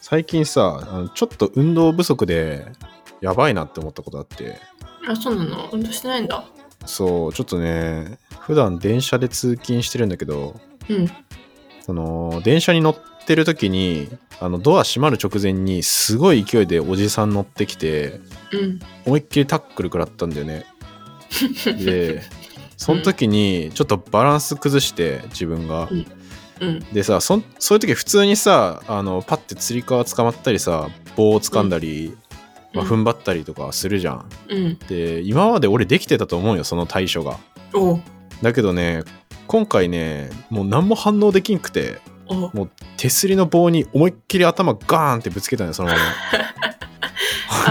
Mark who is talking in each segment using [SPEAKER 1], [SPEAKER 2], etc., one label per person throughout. [SPEAKER 1] 最近さあのちょっと運動不足でやばいなって思ったことあって
[SPEAKER 2] あ、そうなの運動してないんだ。
[SPEAKER 1] そうちょっとね普段電車で通勤してるんだけど
[SPEAKER 2] うん。
[SPEAKER 1] その電車に乗ってる時にあのドア閉まる直前にすごい勢いでおじさん乗ってきて
[SPEAKER 2] うん。
[SPEAKER 1] 思いっきりタックル食らったんだよねでその時にちょっとバランス崩して自分が
[SPEAKER 2] うん。
[SPEAKER 1] でさそんそういう時普通にさあのパッてつり革捕まったりさ棒を掴んだり、まあ、踏ん張ったりとかするじゃん。
[SPEAKER 2] うん。
[SPEAKER 1] で今まで俺できてたと思うよその対処が。
[SPEAKER 2] おう
[SPEAKER 1] だけどね今回ねもう何も反応できんくて
[SPEAKER 2] おう。
[SPEAKER 1] 手すりの棒に思いっきり頭ガーンってぶつけたのよそのまま。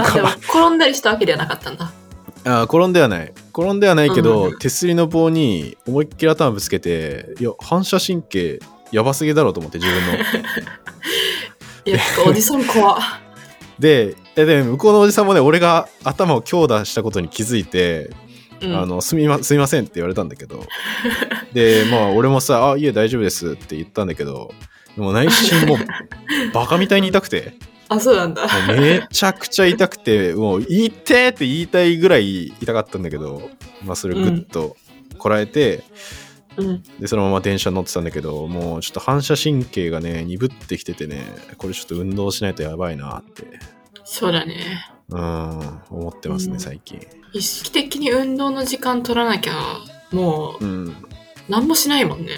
[SPEAKER 2] あ、でも
[SPEAKER 1] なんか
[SPEAKER 2] 転んだりしたわけではなかったんだ。
[SPEAKER 1] あー転んではない転んではないけど、
[SPEAKER 2] うん
[SPEAKER 1] 手すりの棒に思いっきり頭ぶつけていや反射神経やばすぎだろうと思って自分の。
[SPEAKER 2] いや、ちょっとおじさん怖。
[SPEAKER 1] でえで向こうのおじさんもね俺が頭を強打したことに気づいて
[SPEAKER 2] うん。
[SPEAKER 1] あのすみま「すみません」って言われたんだけどでまあ俺もさ「あいえ大丈夫です」って言ったんだけどでも内心 もうバカみたいに痛くて
[SPEAKER 2] あ、そうなんだ。
[SPEAKER 1] もうめちゃくちゃ痛くてもう「痛え!」って言いたいぐらい痛かったんだけど、まあ、それをグッとこらえて、
[SPEAKER 2] うん。
[SPEAKER 1] でそのまま電車に乗ってたんだけどもうちょっと反射神経がね鈍ってきててねこれちょっと運動しないとやばいなって
[SPEAKER 2] そうだね。
[SPEAKER 1] うん思ってますね、
[SPEAKER 2] うん
[SPEAKER 1] 最近。
[SPEAKER 2] 意識的に運動の時間取らなきゃ、もう、
[SPEAKER 1] うん
[SPEAKER 2] 何もしないもんね。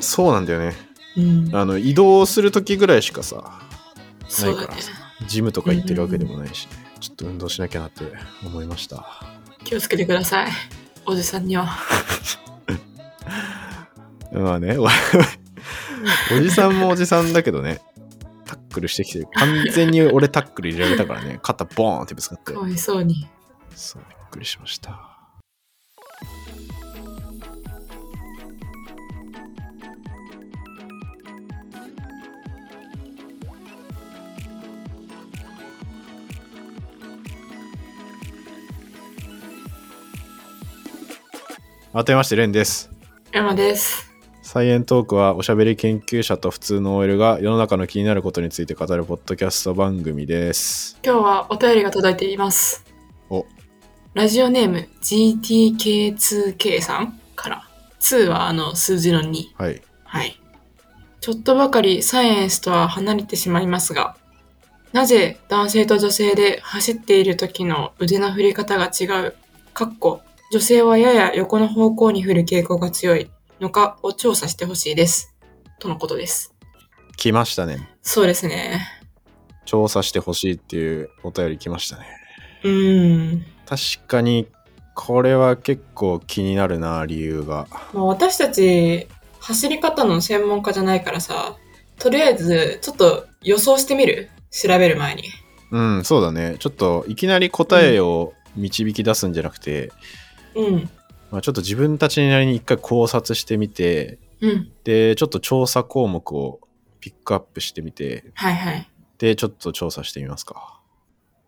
[SPEAKER 1] そうなんだよね
[SPEAKER 2] うん。
[SPEAKER 1] あの移動する時ぐらいしかさ
[SPEAKER 2] そうだ
[SPEAKER 1] な
[SPEAKER 2] ね
[SPEAKER 1] いから。ジムとか行ってるわけでもないしね、ちょっと運動しなきゃなって思いました
[SPEAKER 2] 気をつけてください。おじさんには。
[SPEAKER 1] まあね おおじさんもおじさんだけどねタックルしてきて完全に俺タックル入れられたからね肩ボーンってぶつかって
[SPEAKER 2] かわいそうに。
[SPEAKER 1] そうびっくりしました改めましてレンです
[SPEAKER 2] 山です。
[SPEAKER 1] サイエントークはおしゃべり研究者と普通の OL が世の中の気になることについて語るポッドキャスト番組です
[SPEAKER 2] 今日はお便りが届いています。
[SPEAKER 1] お
[SPEAKER 2] ラジオネーム GTK2K さんから。2はあの数字の2。
[SPEAKER 1] はい
[SPEAKER 2] はい。ちょっとばかりサイエンスとは離れてしまいますが、なぜ男性と女性で走っている時の腕の振り方が違う、かっこ、女性はやや横の方向に振る傾向が強いのかを調査してほしいです。とのことです。
[SPEAKER 1] 来ましたね
[SPEAKER 2] そうですね。
[SPEAKER 1] 調査してほしいっていうお便り来ましたね
[SPEAKER 2] うーん。
[SPEAKER 1] 確かにこれは結構気になるな理由が
[SPEAKER 2] まあ、私たち走り方の専門家じゃないからさとりあえずちょっと予想してみる調べる前に
[SPEAKER 1] うんそうだねちょっといきなり答えを導き出すんじゃなくて、
[SPEAKER 2] うん
[SPEAKER 1] まあ、ちょっと自分たちなりに一回考察してみて
[SPEAKER 2] うん
[SPEAKER 1] でちょっと調査項目をピックアップしてみて
[SPEAKER 2] はいはい
[SPEAKER 1] でちょっと調査してみますか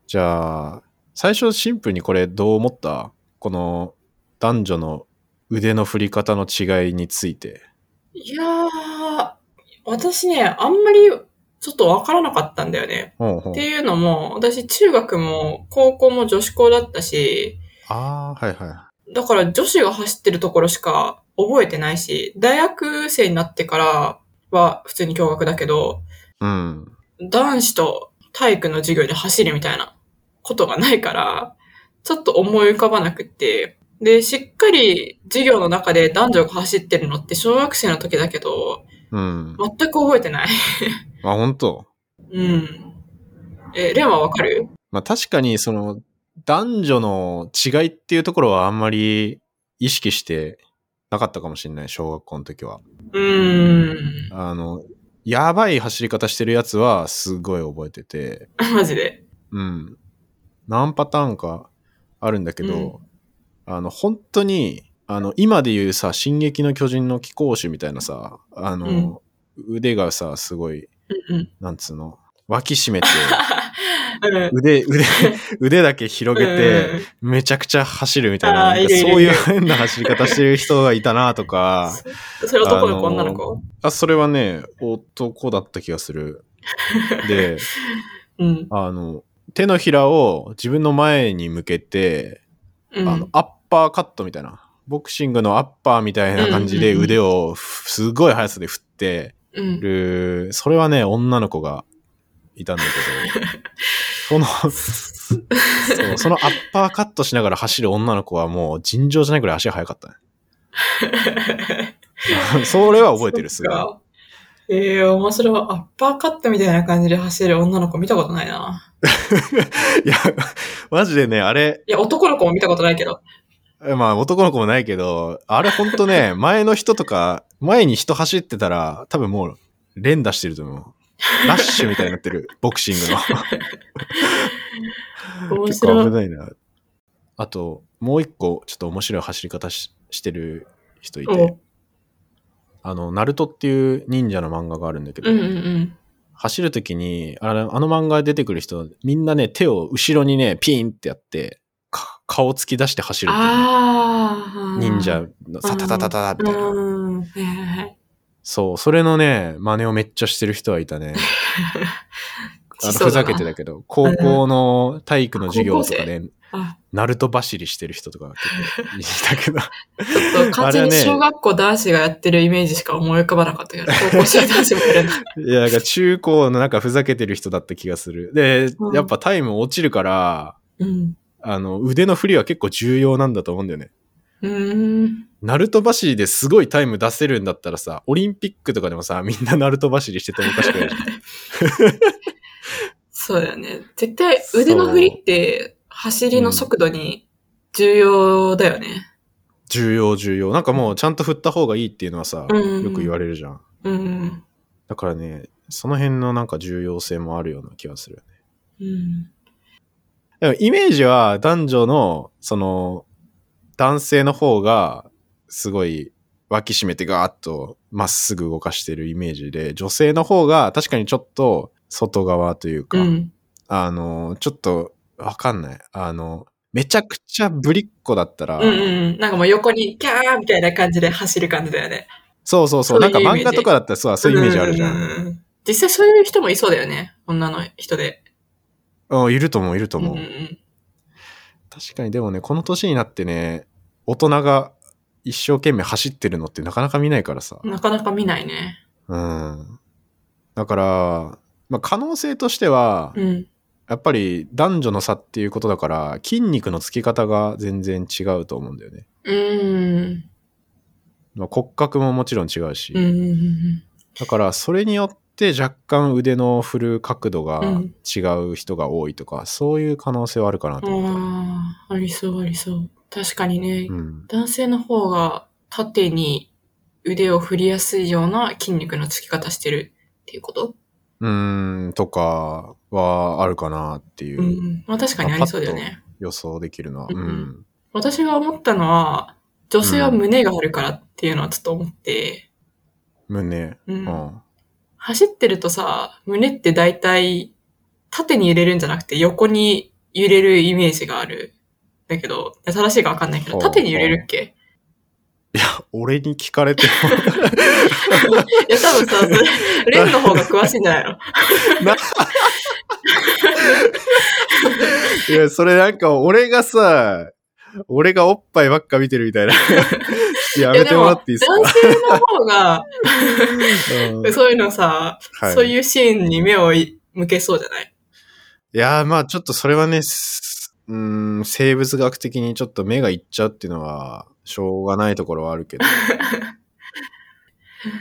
[SPEAKER 1] じゃあ最初シンプルにこれどう思ったこの男女の腕の振り方の違いについて
[SPEAKER 2] いやー私ねあんまりちょっとわからなかったんだよね
[SPEAKER 1] ほうほう
[SPEAKER 2] っていうのも私中学も高校も女子校だったし
[SPEAKER 1] ああはいは
[SPEAKER 2] だから女子が走ってるところしか覚えてないし大学生になってからは普通に共学だけど
[SPEAKER 1] いうん
[SPEAKER 2] 男子と体育の授業で走るみたいなことがないから、ちょっと思い浮かばなくって。で、しっかり授業の中で男女が走ってるのって小学生の時だけど、
[SPEAKER 1] うん
[SPEAKER 2] 全く覚えてない。
[SPEAKER 1] まあ本当
[SPEAKER 2] うん。え、レンはわかる
[SPEAKER 1] まあ確かにその男女の違いっていうところはあんまり意識してなかったかもしれない小学校の時は
[SPEAKER 2] うーん。
[SPEAKER 1] あのやばい走り方してるやつはすごい覚えてて
[SPEAKER 2] マジで。
[SPEAKER 1] うん。何パターンかあるんだけど、あの、本当に、あの、今で言うさ、進撃の巨人の貴公子みたいなさ、あの、腕がさ、すごい、
[SPEAKER 2] うんうん。
[SPEAKER 1] なんつうの、脇締めて、
[SPEAKER 2] うん
[SPEAKER 1] 腕、 腕、腕だけ広げて、めちゃくちゃ走るみたいな、
[SPEAKER 2] あー
[SPEAKER 1] なんか
[SPEAKER 2] いるいる
[SPEAKER 1] そういう
[SPEAKER 2] いる
[SPEAKER 1] 変な走り方してる人がいたなとか、
[SPEAKER 2] うん、それ男の子、
[SPEAKER 1] あのー
[SPEAKER 2] 女の子
[SPEAKER 1] あ、それはね、男だった気がする。で、
[SPEAKER 2] うん。
[SPEAKER 1] あの、手のひらを自分の前に向けて、
[SPEAKER 2] うん。
[SPEAKER 1] あの、アッパーカットみたいな、ボクシングのアッパーみたいな感じで
[SPEAKER 2] うんうんうん
[SPEAKER 1] 腕をすごい速さで振って
[SPEAKER 2] うん、
[SPEAKER 1] る、それはね、女の子がいたんだ けど、その、そう そのアッパーカットしながら走る女の子はもう尋常じゃないくらい足が速か ったね。それは覚えてる、すごい。
[SPEAKER 2] そっかええ面白い。アッパーカットみたいな感じで走る女の子見たことないな。
[SPEAKER 1] いや、マジでね、あれ、
[SPEAKER 2] いや、男の子も見たことないけど。
[SPEAKER 1] まあ男の子もないけど、あれほんと ね、前の人とか、前に人走ってたら、多分もう連打してると思う。ラッシュみたいにな ってる、ボクシングの。
[SPEAKER 2] 面
[SPEAKER 1] 結構危
[SPEAKER 2] 白い。
[SPEAKER 1] ないな。あと、もう一個、ちょっと面白い走り方ししてる人いて、
[SPEAKER 2] お
[SPEAKER 1] あの、ナルトっていう忍者の漫画があるんだけど、
[SPEAKER 2] うんうんうん。
[SPEAKER 1] 走るときにあの、あの漫画に出てくる人、みんなね、手を後ろにね、ピーンってやって、か顔突き出して走るっていうね、
[SPEAKER 2] ああ。
[SPEAKER 1] 忍者のさたたたたたみたいな。
[SPEAKER 2] うん。はいはいはい。
[SPEAKER 1] そう、それのね、真似をめっちゃしてる人はいた ね。あの
[SPEAKER 2] しそう
[SPEAKER 1] ふざ
[SPEAKER 2] だな
[SPEAKER 1] けてだけど、高校の体育の授業とかで、
[SPEAKER 2] あ、
[SPEAKER 1] ナルト走りしてる人とか結構いたけど。
[SPEAKER 2] ちょっと完全に
[SPEAKER 1] あれはね
[SPEAKER 2] 小学校男子がやってるイメージしか思い浮かばなかったけど、高校生男子もいるんだ。
[SPEAKER 1] いや、なんか中高のなんかふざけてる人だった気がする。で
[SPEAKER 2] う、ん
[SPEAKER 1] やっぱタイム落ちるから、
[SPEAKER 2] うん。
[SPEAKER 1] あの、腕の振りは結構重要なんだと思うんだよね。
[SPEAKER 2] うーん。
[SPEAKER 1] ナルト走りですごいタイム出せるんだったらさ、オリンピックとかでもさ、みんなナルト走りしててもおかしくないじゃん。
[SPEAKER 2] そうだよね。絶対腕の振りって走りの速度に重要だよね。
[SPEAKER 1] 重要重要。なんかもうちゃんと振った方がいいっていうのはさ、
[SPEAKER 2] うんうん
[SPEAKER 1] よく言われるじゃん。
[SPEAKER 2] うん。
[SPEAKER 1] だからね、その辺のなんか重要性もあるような気がする。
[SPEAKER 2] うん。
[SPEAKER 1] でもイメージは男女の、その、男性の方が、すごい脇締めてガーッとまっすぐ動かしてるイメージで、女性の方が確かにちょっと外側という
[SPEAKER 2] う
[SPEAKER 1] か、
[SPEAKER 2] ん。
[SPEAKER 1] あの、ちょっとわかんない。あの、めちゃくちゃぶりっ子だったら、
[SPEAKER 2] うんうん。なんかもう横にキャーみたいな感じで走る感じだよね。
[SPEAKER 1] そうそうそう
[SPEAKER 2] そう
[SPEAKER 1] な
[SPEAKER 2] いう
[SPEAKER 1] んか
[SPEAKER 2] イメージ
[SPEAKER 1] 漫画とかだったらそうそういうイメージあるじゃん。
[SPEAKER 2] うう。実際そういう人もいそうだよね。女の人で。
[SPEAKER 1] うん、いると思う、いると
[SPEAKER 2] うん
[SPEAKER 1] 思
[SPEAKER 2] う
[SPEAKER 1] う。
[SPEAKER 2] ん。
[SPEAKER 1] 確かにでもねこの年になってね大人が一生懸命走ってるのってなかなか見ないからさ
[SPEAKER 2] なかなか見ないね。
[SPEAKER 1] うんだから、まあ、可能性としては
[SPEAKER 2] うん。
[SPEAKER 1] やっぱり男女の差っていうことだから筋肉のつき方が全然違うと思うんだよね、
[SPEAKER 2] うん。
[SPEAKER 1] まあ、骨格ももちろん違うし、
[SPEAKER 2] うんうん
[SPEAKER 1] だからそれによって若干腕の振る角度が
[SPEAKER 2] うん
[SPEAKER 1] 違う人が多いとか、そういう可能性はあるかなと
[SPEAKER 2] うん。
[SPEAKER 1] 思っ
[SPEAKER 2] ああ、ありそうありそう。確かにね、
[SPEAKER 1] た、うん、
[SPEAKER 2] 男性の方が縦に腕を振りやすいような筋肉のつき方してるっていうこと。
[SPEAKER 1] うーんとかはあるかなっていううん
[SPEAKER 2] まあ確かにありそうだよね。
[SPEAKER 1] 予想できるのは。
[SPEAKER 2] う
[SPEAKER 1] うんん、
[SPEAKER 2] うん私が思ったのは、女性は胸があるからっていうのはちょっと思って、
[SPEAKER 1] 胸。
[SPEAKER 2] う。
[SPEAKER 1] うんん。
[SPEAKER 2] 走ってるとさ、胸って大体縦に揺れるんじゃなくて横に揺れるイメージがある。だけど、いや正しいかわかんないけ
[SPEAKER 1] ほ
[SPEAKER 2] ど、
[SPEAKER 1] う
[SPEAKER 2] 縦に揺れるっけ
[SPEAKER 1] 俺に聞か れて
[SPEAKER 2] いや、多分さ、 それ、レンの方が詳しいんじゃないの
[SPEAKER 1] もな。いや、それなんか俺がさ、俺がおっぱいばっか見てるみ たいな。や
[SPEAKER 2] い
[SPEAKER 1] めてもらっていいです
[SPEAKER 2] 男性の方が、
[SPEAKER 1] か、 うん
[SPEAKER 2] そういうのさ、
[SPEAKER 1] はい
[SPEAKER 2] そういうシーンに目を向けそうじゃない
[SPEAKER 1] いやー、まあちょっとそれはね、すうーん、生物学的にちょっと目がいっちゃうっていうのは、しょうがないところはある けど。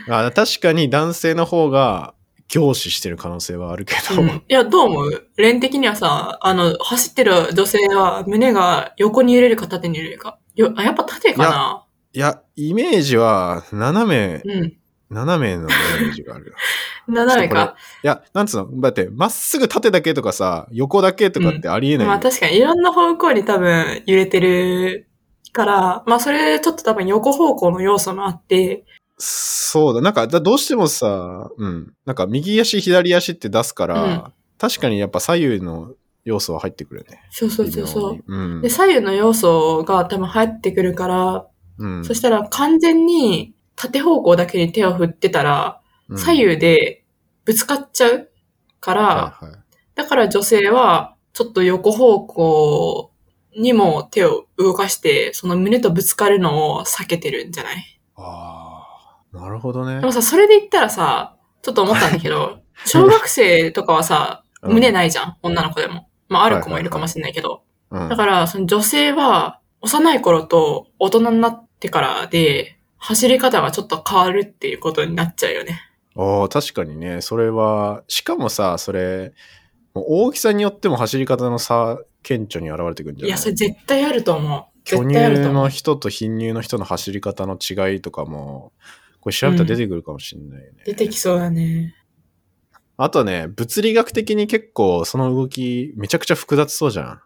[SPEAKER 1] あ確かに男性の方が凝視してる可能性はあるけど、
[SPEAKER 2] うんいや、どう思うレン的にはさ、あの、走ってる女性は胸が横に揺れるか縦に揺れるか。よあやっぱ縦かない
[SPEAKER 1] や、イメージは、斜め、
[SPEAKER 2] うん。
[SPEAKER 1] 斜めのイメージがあるよ。
[SPEAKER 2] 斜めか。
[SPEAKER 1] いや、なんつうの、だって、まっすぐ縦だけとかさ、横だけとかってありえない。
[SPEAKER 2] まあ確かにいろんな方向に多分揺れてるから、まあそれちょっと多分横方向の要素もあって、
[SPEAKER 1] そうだ、なんか、だどうしてもさ、うん、なんか、右足、左足って出すから、
[SPEAKER 2] うん
[SPEAKER 1] 確かにやっぱ左右の要素は入ってくるよね。
[SPEAKER 2] そうそうそうそう。
[SPEAKER 1] 微妙に。うん
[SPEAKER 2] で、左右の要素が多分入ってくるから、
[SPEAKER 1] うん
[SPEAKER 2] そしたら完全に縦方向だけに手を振ってたら、
[SPEAKER 1] うん
[SPEAKER 2] 左右でぶつかっちゃうから、
[SPEAKER 1] はいはい
[SPEAKER 2] だから女性は、ちょっと横方向にも手を動かして、その胸とぶつかるのを避けてるんじゃない
[SPEAKER 1] ああ、なるほどね
[SPEAKER 2] で。もさ、それで言ったらさ、ちょっと思ったんだけど、小学生とかはさ、
[SPEAKER 1] うん
[SPEAKER 2] 胸ないじゃん、女の子でも。まあ、ある
[SPEAKER 1] はいは
[SPEAKER 2] 子
[SPEAKER 1] い
[SPEAKER 2] も
[SPEAKER 1] はい
[SPEAKER 2] いるかもしれないけど。
[SPEAKER 1] うん
[SPEAKER 2] だから、その女性は、幼い頃と大人になってからで、走り方がちょっと変わるっていうことになっちゃうよね。
[SPEAKER 1] ああ、確かにね。それは、しかもさ、それ、もう大きさによっても走り方の差、顕著に現れてくるんじゃない
[SPEAKER 2] いや、それ絶対あると思う。
[SPEAKER 1] 巨
[SPEAKER 2] 絶対あると
[SPEAKER 1] 乳
[SPEAKER 2] 思
[SPEAKER 1] の
[SPEAKER 2] う。
[SPEAKER 1] 人と貧乳の人の走り方の違いとかも、これ調べたら出てくるかもしれないよね。
[SPEAKER 2] 出てきそうだね。
[SPEAKER 1] あとね、物理学的に結構その動き、めちゃくちゃ複雑そうじゃん。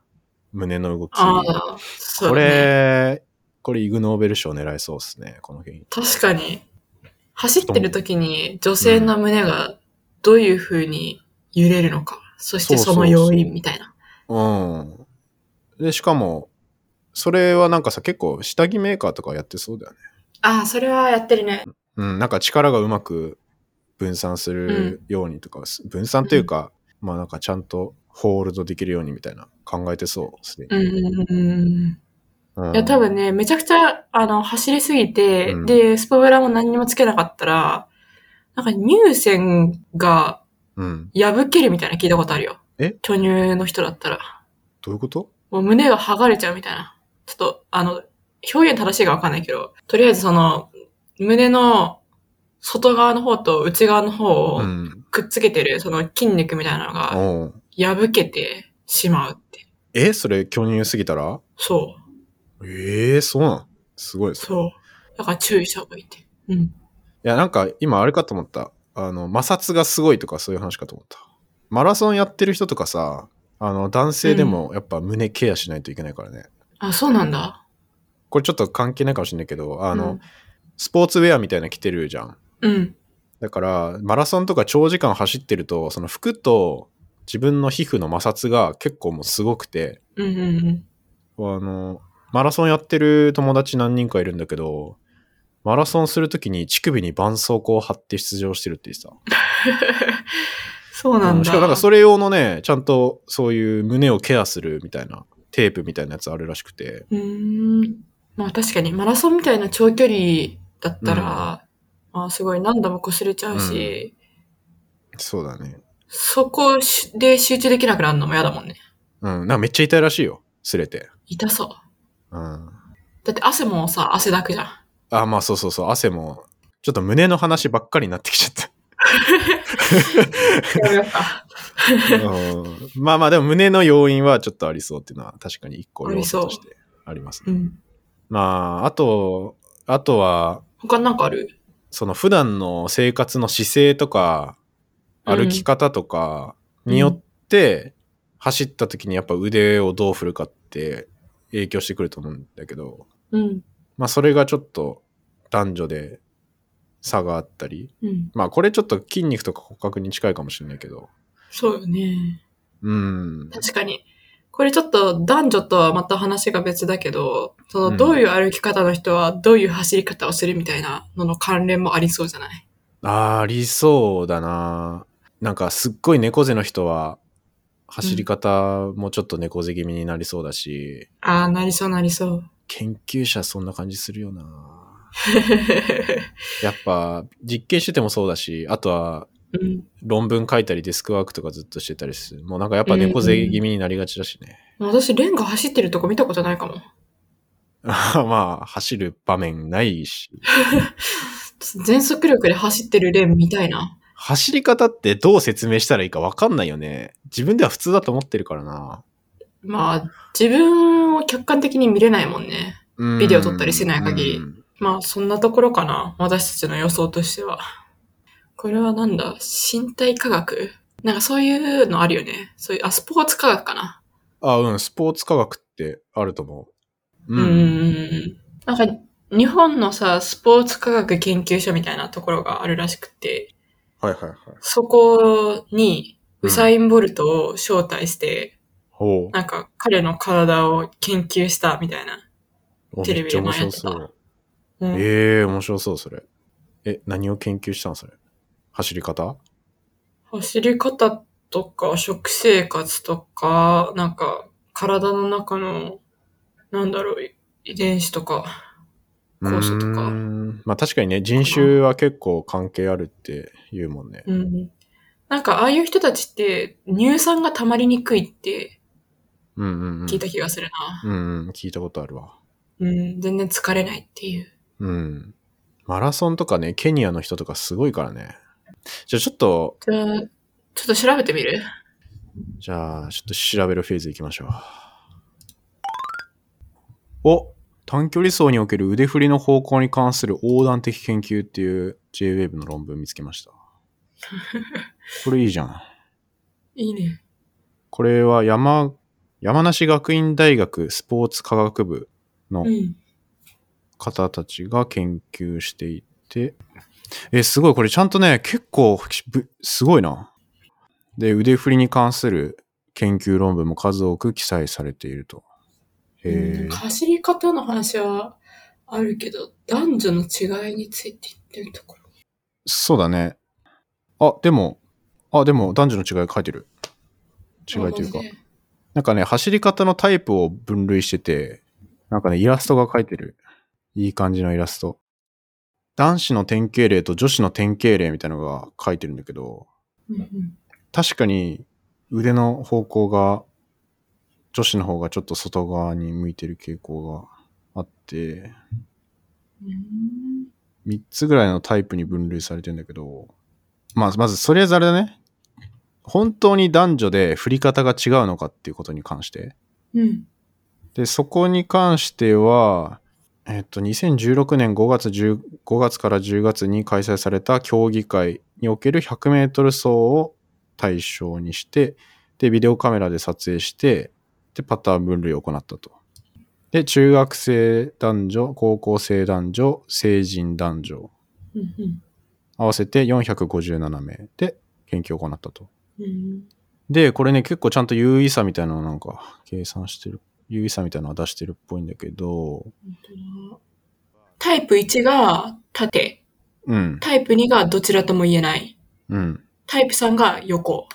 [SPEAKER 1] 胸の動き。
[SPEAKER 2] ああ、そう
[SPEAKER 1] こ
[SPEAKER 2] だね。
[SPEAKER 1] れ、これイグノーベル賞狙いそうですね、この件。
[SPEAKER 2] 確かに。走ってる時に女性の胸がどういう風に揺れるのか、そしてその要因みたいな。
[SPEAKER 1] うん。で、しかも、それはなんかさ、結構下着メーカーとかやってそうだよね。
[SPEAKER 2] ああ、それはやってるね。
[SPEAKER 1] うん、なんか力がうまく分散するようにとか、分散というか、まあなんかちゃんとホールドできるようにみたいな考えてそう、すでに。
[SPEAKER 2] うんうんうん
[SPEAKER 1] う
[SPEAKER 2] うん。
[SPEAKER 1] ん
[SPEAKER 2] いや、多分ね、めちゃくちゃ、あの、走りすぎて、
[SPEAKER 1] うん
[SPEAKER 2] で、スポブラも何にもつけなかったら、なんか乳腺が
[SPEAKER 1] うん。
[SPEAKER 2] 破けるみたいな聞いたことあるよ。
[SPEAKER 1] え
[SPEAKER 2] 巨乳の人だったら。
[SPEAKER 1] どういうこと
[SPEAKER 2] もう胸が剥がれちゃうみたいな。ちょっと、あの、表現正しいかわかんないけど、とりあえずその、胸の外側の方と内側の方を
[SPEAKER 1] うん。
[SPEAKER 2] くっつけてる、その筋肉みたいなのが
[SPEAKER 1] おう
[SPEAKER 2] 破けてしまうって。
[SPEAKER 1] え、それ巨乳すぎたら
[SPEAKER 2] そう、
[SPEAKER 1] ええそうなんすごいです。い
[SPEAKER 2] そう。だから注意した方がいいって。うん。
[SPEAKER 1] や、なんか今あれかと思った。あの、摩擦がすごいとかそういう話かと思った。マラソンやってる人とかさ、あの、男性でもやっぱ胸ケアしないといけないからね。
[SPEAKER 2] あ、そうなんだ。
[SPEAKER 1] これちょっと関係ないかもしれないけど、あの、
[SPEAKER 2] うん
[SPEAKER 1] スポーツウェアみたいなの着てるじゃん。
[SPEAKER 2] うん。
[SPEAKER 1] だから、マラソンとか長時間走ってると、その服と自分の皮膚の摩擦が結構もうすごくて、
[SPEAKER 2] うんうんうん。
[SPEAKER 1] あの、マラソンやってる友達何人かいるんだけど、マラソンするときに乳首に絆創膏を貼って出場してるって言ってた。
[SPEAKER 2] そうなん
[SPEAKER 1] うん
[SPEAKER 2] だ。
[SPEAKER 1] しかもなんかそれ用のね、ちゃんとそういう胸をケアするみたいなテープみたいなやつあるらしくて。
[SPEAKER 2] うーん。まあ確かに、マラソンみたいな長距離だったら、まあすごい何度も擦れちゃうし、
[SPEAKER 1] そうだね。
[SPEAKER 2] そこしで集中できなくなるのも嫌だもんね。
[SPEAKER 1] うん、なんかめっちゃ痛いらしいよ。すれて。
[SPEAKER 2] 痛そう。
[SPEAKER 1] うん。
[SPEAKER 2] だって汗もさ、汗だくじゃん。
[SPEAKER 1] あ、まあそうそうそう、汗も、ちょっと胸の話ばっかりになってきちゃった。
[SPEAKER 2] あ
[SPEAKER 1] うんまあまあでも胸の要因はちょっとありそうっていうのは確かに一個
[SPEAKER 2] あ
[SPEAKER 1] 要
[SPEAKER 2] りそ
[SPEAKER 1] 素と
[SPEAKER 2] う
[SPEAKER 1] してありますね。
[SPEAKER 2] うん。
[SPEAKER 1] まああとあとは
[SPEAKER 2] 他なんかある
[SPEAKER 1] その普段の生活の姿勢とか
[SPEAKER 2] うん
[SPEAKER 1] 歩き方とかによって走った時にやっぱ腕をどう振るかって影響してくると思うんだけど
[SPEAKER 2] うん。
[SPEAKER 1] まあそれがちょっと男女で差があったり
[SPEAKER 2] うん。
[SPEAKER 1] まあこれちょっと筋肉とか骨格に近いかもしれないけど
[SPEAKER 2] そうよね。
[SPEAKER 1] うん
[SPEAKER 2] 確かに。これちょっと男女とはまた話が別だけど、そ
[SPEAKER 1] うん
[SPEAKER 2] のどういう歩き方の人はどういう走り方をするみたいなのの関連もありそうじゃない
[SPEAKER 1] あーありそうだな。なんかすっごい猫背の人は走り方もちょっと猫背気味になりそうだし、
[SPEAKER 2] ああ、なりそうなりそう。
[SPEAKER 1] 研究者そんな感じするよな。やっぱ実験しててもそうだし、あとは
[SPEAKER 2] うん。
[SPEAKER 1] 論文書いたりデスクワークとかずっとしてたりする。もうなんかやっぱ猫背気味になりがちだしね。
[SPEAKER 2] 私、レンガ走ってるとこ見たことないかも。
[SPEAKER 1] まあ走る場面ないし。
[SPEAKER 2] 全速力で走ってるレンみたいな。
[SPEAKER 1] 走り方ってどう説明したらいいかわかんないよね。自分では普通だと思ってるからな。
[SPEAKER 2] まあ、自分を客観的に見れないもんね。
[SPEAKER 1] うん
[SPEAKER 2] ビデオ撮ったりしない限り
[SPEAKER 1] うん
[SPEAKER 2] まあ、そんなところかな。私たちの予想としては。これはなんだ身体科学なんかそういうのあるよね。そういう、あ、スポーツ科学かな。
[SPEAKER 1] あ、うん、スポーツ科学ってあると思う。
[SPEAKER 2] うーん。なんか、日本のさ、スポーツ科学研究所みたいなところがあるらしくて、
[SPEAKER 1] はいはいはい。
[SPEAKER 2] そこ
[SPEAKER 1] う
[SPEAKER 2] に、
[SPEAKER 1] ん
[SPEAKER 2] ウサイン・ボルトを招待して、
[SPEAKER 1] ほ
[SPEAKER 2] なんか彼の体を研究したみたいな。
[SPEAKER 1] う。お
[SPEAKER 2] テ
[SPEAKER 1] め
[SPEAKER 2] レ
[SPEAKER 1] っ
[SPEAKER 2] ビ
[SPEAKER 1] ちゃ
[SPEAKER 2] で
[SPEAKER 1] 面
[SPEAKER 2] 前や
[SPEAKER 1] 白
[SPEAKER 2] って
[SPEAKER 1] そ
[SPEAKER 2] た
[SPEAKER 1] う。
[SPEAKER 2] うん
[SPEAKER 1] ええー、面白そう、それ。え、何を研究したのそれ。走り方
[SPEAKER 2] 走り方とか、食生活とか、なんか、体の中の、なんだろう、い遺伝子とか。校舎と
[SPEAKER 1] う
[SPEAKER 2] か
[SPEAKER 1] ーんまあ確かにね、人種は結構関係あるって言うもんね。
[SPEAKER 2] うん。なんか、ああいう人たちって、乳酸が溜まりにくいって
[SPEAKER 1] うんうん、うん。
[SPEAKER 2] 聞いた気がするな。
[SPEAKER 1] うんうん、聞いたことあるわ。
[SPEAKER 2] うん、全然疲れないっていう。
[SPEAKER 1] うん。マラソンとかね、ケニアの人とかすごいからね。じゃあちょっと、
[SPEAKER 2] じゃあ、ちょっと調べてみる
[SPEAKER 1] じゃあちょっと調べるフェーズいきましょう。お短距離走における腕振りの方向に関する横断的研究っていう JWAVE の論文見つけま した。これいいじゃん。
[SPEAKER 2] いいね。
[SPEAKER 1] これは山、山梨学院大学スポーツ科学部の
[SPEAKER 2] うん。
[SPEAKER 1] 方たちが研究していて、え、すごい、これちゃんとね、結構、ぶすごいな。で、腕振りに関する研究論文も数多く記載されていると。へえ。
[SPEAKER 2] 走り方の話はあるけど、男女の違いについて言ってるところ。
[SPEAKER 1] そうだね。あ、でも、あ、でも男女の違い書いてる。違いというか
[SPEAKER 2] あマジ。で
[SPEAKER 1] なんかね、走り方のタイプを分類してて、なんかね、イラストが書いてる。いい感じのイラスト。男子の典型例と女子の典型例みたいなのが書いてるんだけど、
[SPEAKER 2] うんうん
[SPEAKER 1] 確かに腕の方向が、女子の方がちょっと外側に向いてる傾向があって、
[SPEAKER 2] うん
[SPEAKER 1] 3つぐらいのタイプに分類されてんだけど、まあ、まず、それぞれだね。本当に男女で振り方が違うのかっていうことに関して。
[SPEAKER 2] うん。
[SPEAKER 1] で、そこに関しては、えっと、2016年5月10 5月から10月に開催された競技会における100メートル走を対象にして、で、ビデオカメラで撮影して、で、パターン分類を行ったと。で、中学生男女、高校生男女、成人男女、
[SPEAKER 2] うんうん
[SPEAKER 1] 合わせて457名で研究を行ったと。
[SPEAKER 2] うん
[SPEAKER 1] で、これね、結構ちゃんと優位差みたいなのをなんか計算してる、優位差みたいなのは出してるっぽいんだけど、
[SPEAKER 2] 本当だタイプ1が縦。
[SPEAKER 1] うん、
[SPEAKER 2] タイプ2がどちらとも言えない。
[SPEAKER 1] うん、
[SPEAKER 2] タイプ3が横。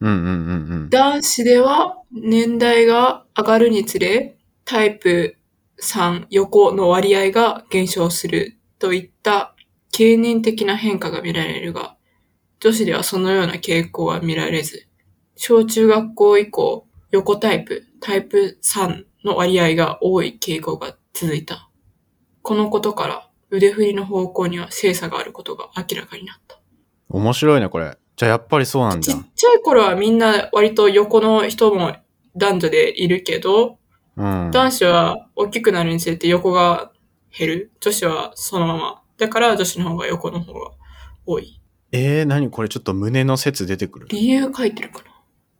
[SPEAKER 1] うん、うん、うん、うん。
[SPEAKER 2] 男子では年代が上がるにつれ、タイプ3、横の割合が減少するといった経年的な変化が見られるが、女子ではそのような傾向は見られず、小中学校以降、横タイプ、タイプ3の割合が多い傾向が続いた。このことから腕振りの方向には性差があることが明らかになった。
[SPEAKER 1] 面白いね、これ。じゃあやっぱりそうなんじ
[SPEAKER 2] ち
[SPEAKER 1] ゃ
[SPEAKER 2] っ
[SPEAKER 1] ん。
[SPEAKER 2] ちゃい頃はみんな割と横の人も男女でいるけど、
[SPEAKER 1] うん。
[SPEAKER 2] 男子は大きくなるにつれて横が減る。女子はそのまま。だから女子の方が横の方が多い。
[SPEAKER 1] えー、何これちょっと胸の説出てくる。
[SPEAKER 2] 理由書いてるか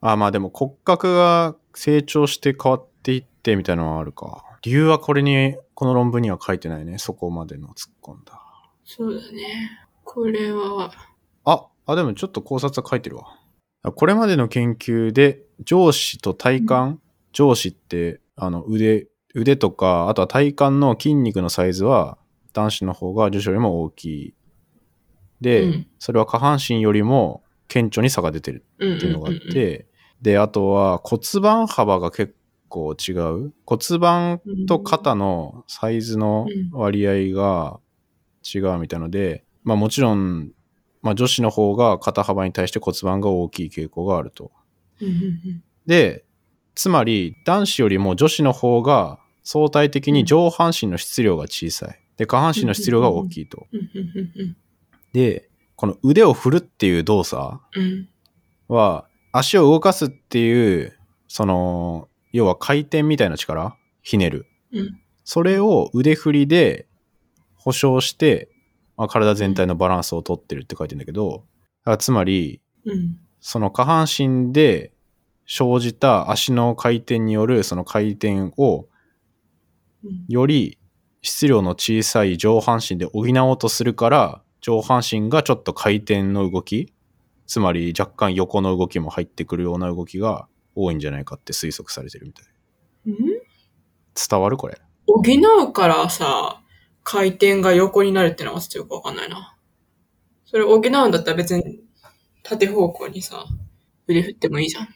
[SPEAKER 2] な
[SPEAKER 1] あ、まあでも骨格が成長して変わっていってみたいなのはあるか。理由はこれに、この論文には書いてないね。そこまでの突っ込んだ。
[SPEAKER 2] そうだね。これは、
[SPEAKER 1] あ、あ、でもちょっと考察は書いてるわ。これまでの研究で上司と体幹、上司ってあの腕、腕とか、あとは体幹の筋肉のサイズは男子の方が女子よりも大きい。
[SPEAKER 2] う
[SPEAKER 1] で、
[SPEAKER 2] ん。
[SPEAKER 1] それは下半身よりも顕著に差が出てる
[SPEAKER 2] うんうん
[SPEAKER 1] っていうのがあっ
[SPEAKER 2] うん
[SPEAKER 1] て、で、あとは骨盤幅が結構違う。骨盤
[SPEAKER 2] うん
[SPEAKER 1] と肩のサイズの割合が違うみたいので、まあもちろん、まあ女子の方が肩幅に対して骨盤が大きい傾向があると。
[SPEAKER 2] うんうん
[SPEAKER 1] で、つまり男子よりも女子の方が相対的に上半身の質量が小さい。で、下半身の質量が大きいと。
[SPEAKER 2] うんうんうんうん
[SPEAKER 1] で、この腕を振るっていう動作
[SPEAKER 2] うん
[SPEAKER 1] は、足を動かすっていう、その、要は回転みたいな力、ひねる。
[SPEAKER 2] うん
[SPEAKER 1] それを腕振りで保証して、まあ、体全体のバランスをとってるって書いてんだけど、だからつまり、
[SPEAKER 2] うん
[SPEAKER 1] その下半身で生じた足の回転によるその回転を
[SPEAKER 2] うん
[SPEAKER 1] より質量の小さい上半身で補おうとするから上半身がちょっと回転の動きつまり若干横の動きも入ってくるような動きが多いんじゃないかって推測されてるみたい
[SPEAKER 2] うん
[SPEAKER 1] 伝わるこれ
[SPEAKER 2] 補うからさ、回転が横になるってのはちょっとよくわかんないな。それ補うんだったら別に縦方向にさ、腕振ってもいいじゃん。
[SPEAKER 1] い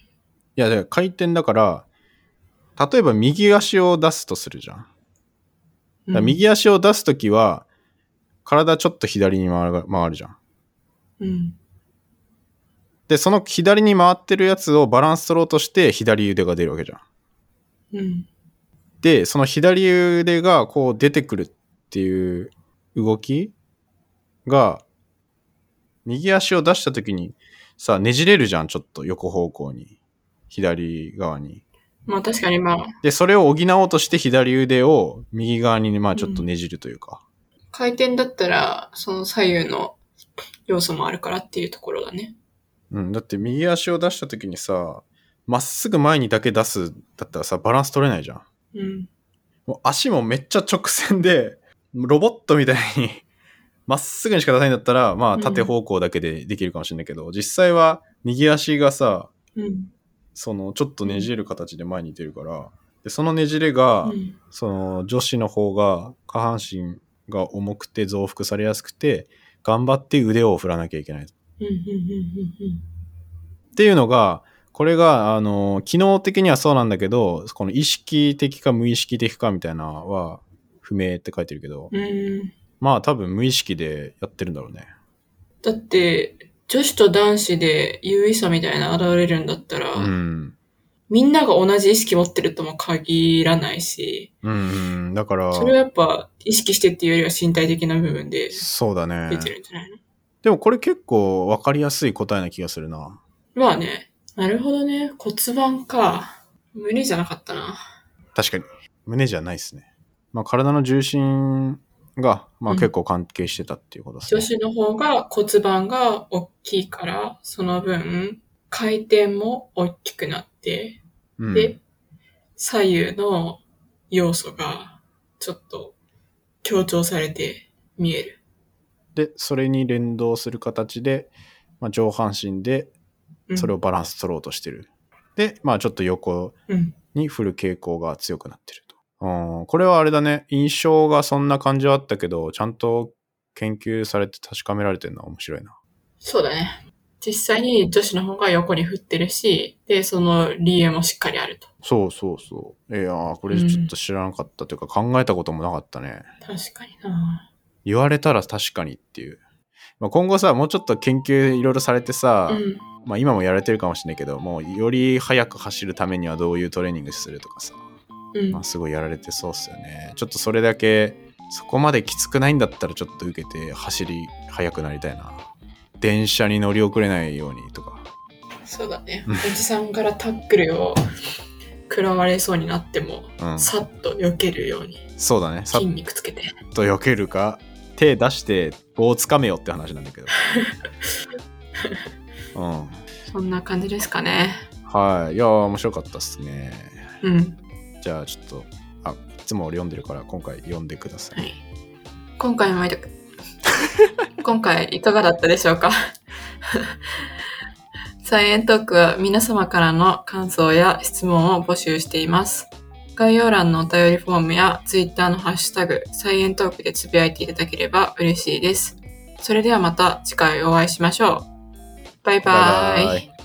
[SPEAKER 1] や、だから回転だから、例えば右足を出すとするじゃん。だか
[SPEAKER 2] うん
[SPEAKER 1] ら右足を出すときは、体ちょっと左に回る回るじゃん。
[SPEAKER 2] うん。
[SPEAKER 1] で、その左に回ってるやつをバランス取ろうとして、左腕が出るわけじゃん。
[SPEAKER 2] うん。
[SPEAKER 1] で、その左腕がこう出てくるっていう動きが、右足を出した時にさ、ねじれるじゃん、ちょっと横方向に。左側に。
[SPEAKER 2] まあ確かにまあ、
[SPEAKER 1] で、それを補おうとして左腕を右側に、まあちょっとねじるというか。
[SPEAKER 2] 回転だったら、その左右の要素もあるからっていうところだね。
[SPEAKER 1] うん、だって右足を出した時にさ、まっすぐ前にだけ出すだったらさ、バランス取れないじゃん。
[SPEAKER 2] うん。
[SPEAKER 1] もう足もめっちゃ直線で、ロボットみたいに、 まっすぐにしか出さないんだったら、まあ縦方向だけでできるかもしれないけど、実際は右足がさ、
[SPEAKER 2] うん。
[SPEAKER 1] そのちょっとねじれる形で前に出るから、でそのねじれが、
[SPEAKER 2] うん。
[SPEAKER 1] その女子の方が下半身が重くて増幅されやすくて、頑張って腕を振らなきゃいけない。っ
[SPEAKER 2] うん。うん。うん
[SPEAKER 1] ていうのが、これが、あの、機能的にはそうなんだけど、この意識的か無意識的かみたいなのは不明って書いてるけど、
[SPEAKER 2] うん。うん。
[SPEAKER 1] まあ多分無意識でやってるんだろうね。
[SPEAKER 2] だって、女子と男子で優位さみたいな現れるんだったら、
[SPEAKER 1] うん。
[SPEAKER 2] みんなが同じ意識持ってるとも限らないし、
[SPEAKER 1] うん、うん。だから、
[SPEAKER 2] それはやっぱ意識してっていうよりは身体的な部分で
[SPEAKER 1] そうだね
[SPEAKER 2] 出。てるんじゃないの、
[SPEAKER 1] でもこれ結構分かりやすい答えな気がするな。
[SPEAKER 2] まあね。なるほどね。骨盤か。胸じゃなかったな。
[SPEAKER 1] 確かに。胸じゃないですね。まあ体の重心が、まあ
[SPEAKER 2] うん
[SPEAKER 1] 結構関係してたっていうことですね。
[SPEAKER 2] 女子の方が骨盤が大きいから、その分、回転も大きくなって、
[SPEAKER 1] うん、
[SPEAKER 2] で、左右の要素が、ちょっと、強調されて見える。
[SPEAKER 1] で、それに連動する形で、まあ、上半身で
[SPEAKER 2] うん
[SPEAKER 1] それをバランス取ろうとしてる。で、まあちょっと横
[SPEAKER 2] うん。
[SPEAKER 1] に振る傾向が強くなってると。うん、これはあれだね。印象がそんな感じはあったけど、ちゃんと研究されて確かめられてるのは面白いな。
[SPEAKER 2] そうだね。実際に女子の方が横に振ってるし、で、その理由もしっかりあると。
[SPEAKER 1] そうそうそう。いやー、これちょっと知らなかったというか、考えたこともなかったね。
[SPEAKER 2] 確かにな
[SPEAKER 1] 言われたら確かにっていう。まあ、今後さ、もうちょっと研究いろいろされてさ、
[SPEAKER 2] うん。
[SPEAKER 1] まあ今もやれてるかもしれないけど、もうより速く走るためにはどういうトレーニングするとかさ、
[SPEAKER 2] うん
[SPEAKER 1] まあ、。すごいやられてそうっすよね。ちょっとそれだけ、そこまできつくないんだったらちょっと受けて走り速くなりたいな。電車に乗り遅れないようにとか。
[SPEAKER 2] そうだね。
[SPEAKER 1] うん
[SPEAKER 2] おじさんからタックルを 食らわれそうになっても、
[SPEAKER 1] うん。
[SPEAKER 2] さっと避けるように
[SPEAKER 1] そうだね。さっ
[SPEAKER 2] 筋肉つけて。
[SPEAKER 1] と避けるか、手出して棒つかめよって話なんだ けど。うん。
[SPEAKER 2] そんな感じですかね。
[SPEAKER 1] はい。いやー、面白かったっすね。
[SPEAKER 2] うん。
[SPEAKER 1] じゃあちょっと、あ、いつも俺読んでるから今回読んでください。
[SPEAKER 2] はい。今回もいた 今回いかがだったでしょうか サイエントークは皆様からの感想や質問を募集しています。概要欄のお便りフォームや Twitter のハッシュタグ、サイエントークでつぶやいていただければ嬉しいです。それではまた次回お会いしましょう。バイバ
[SPEAKER 1] バイ
[SPEAKER 2] イ
[SPEAKER 1] バイ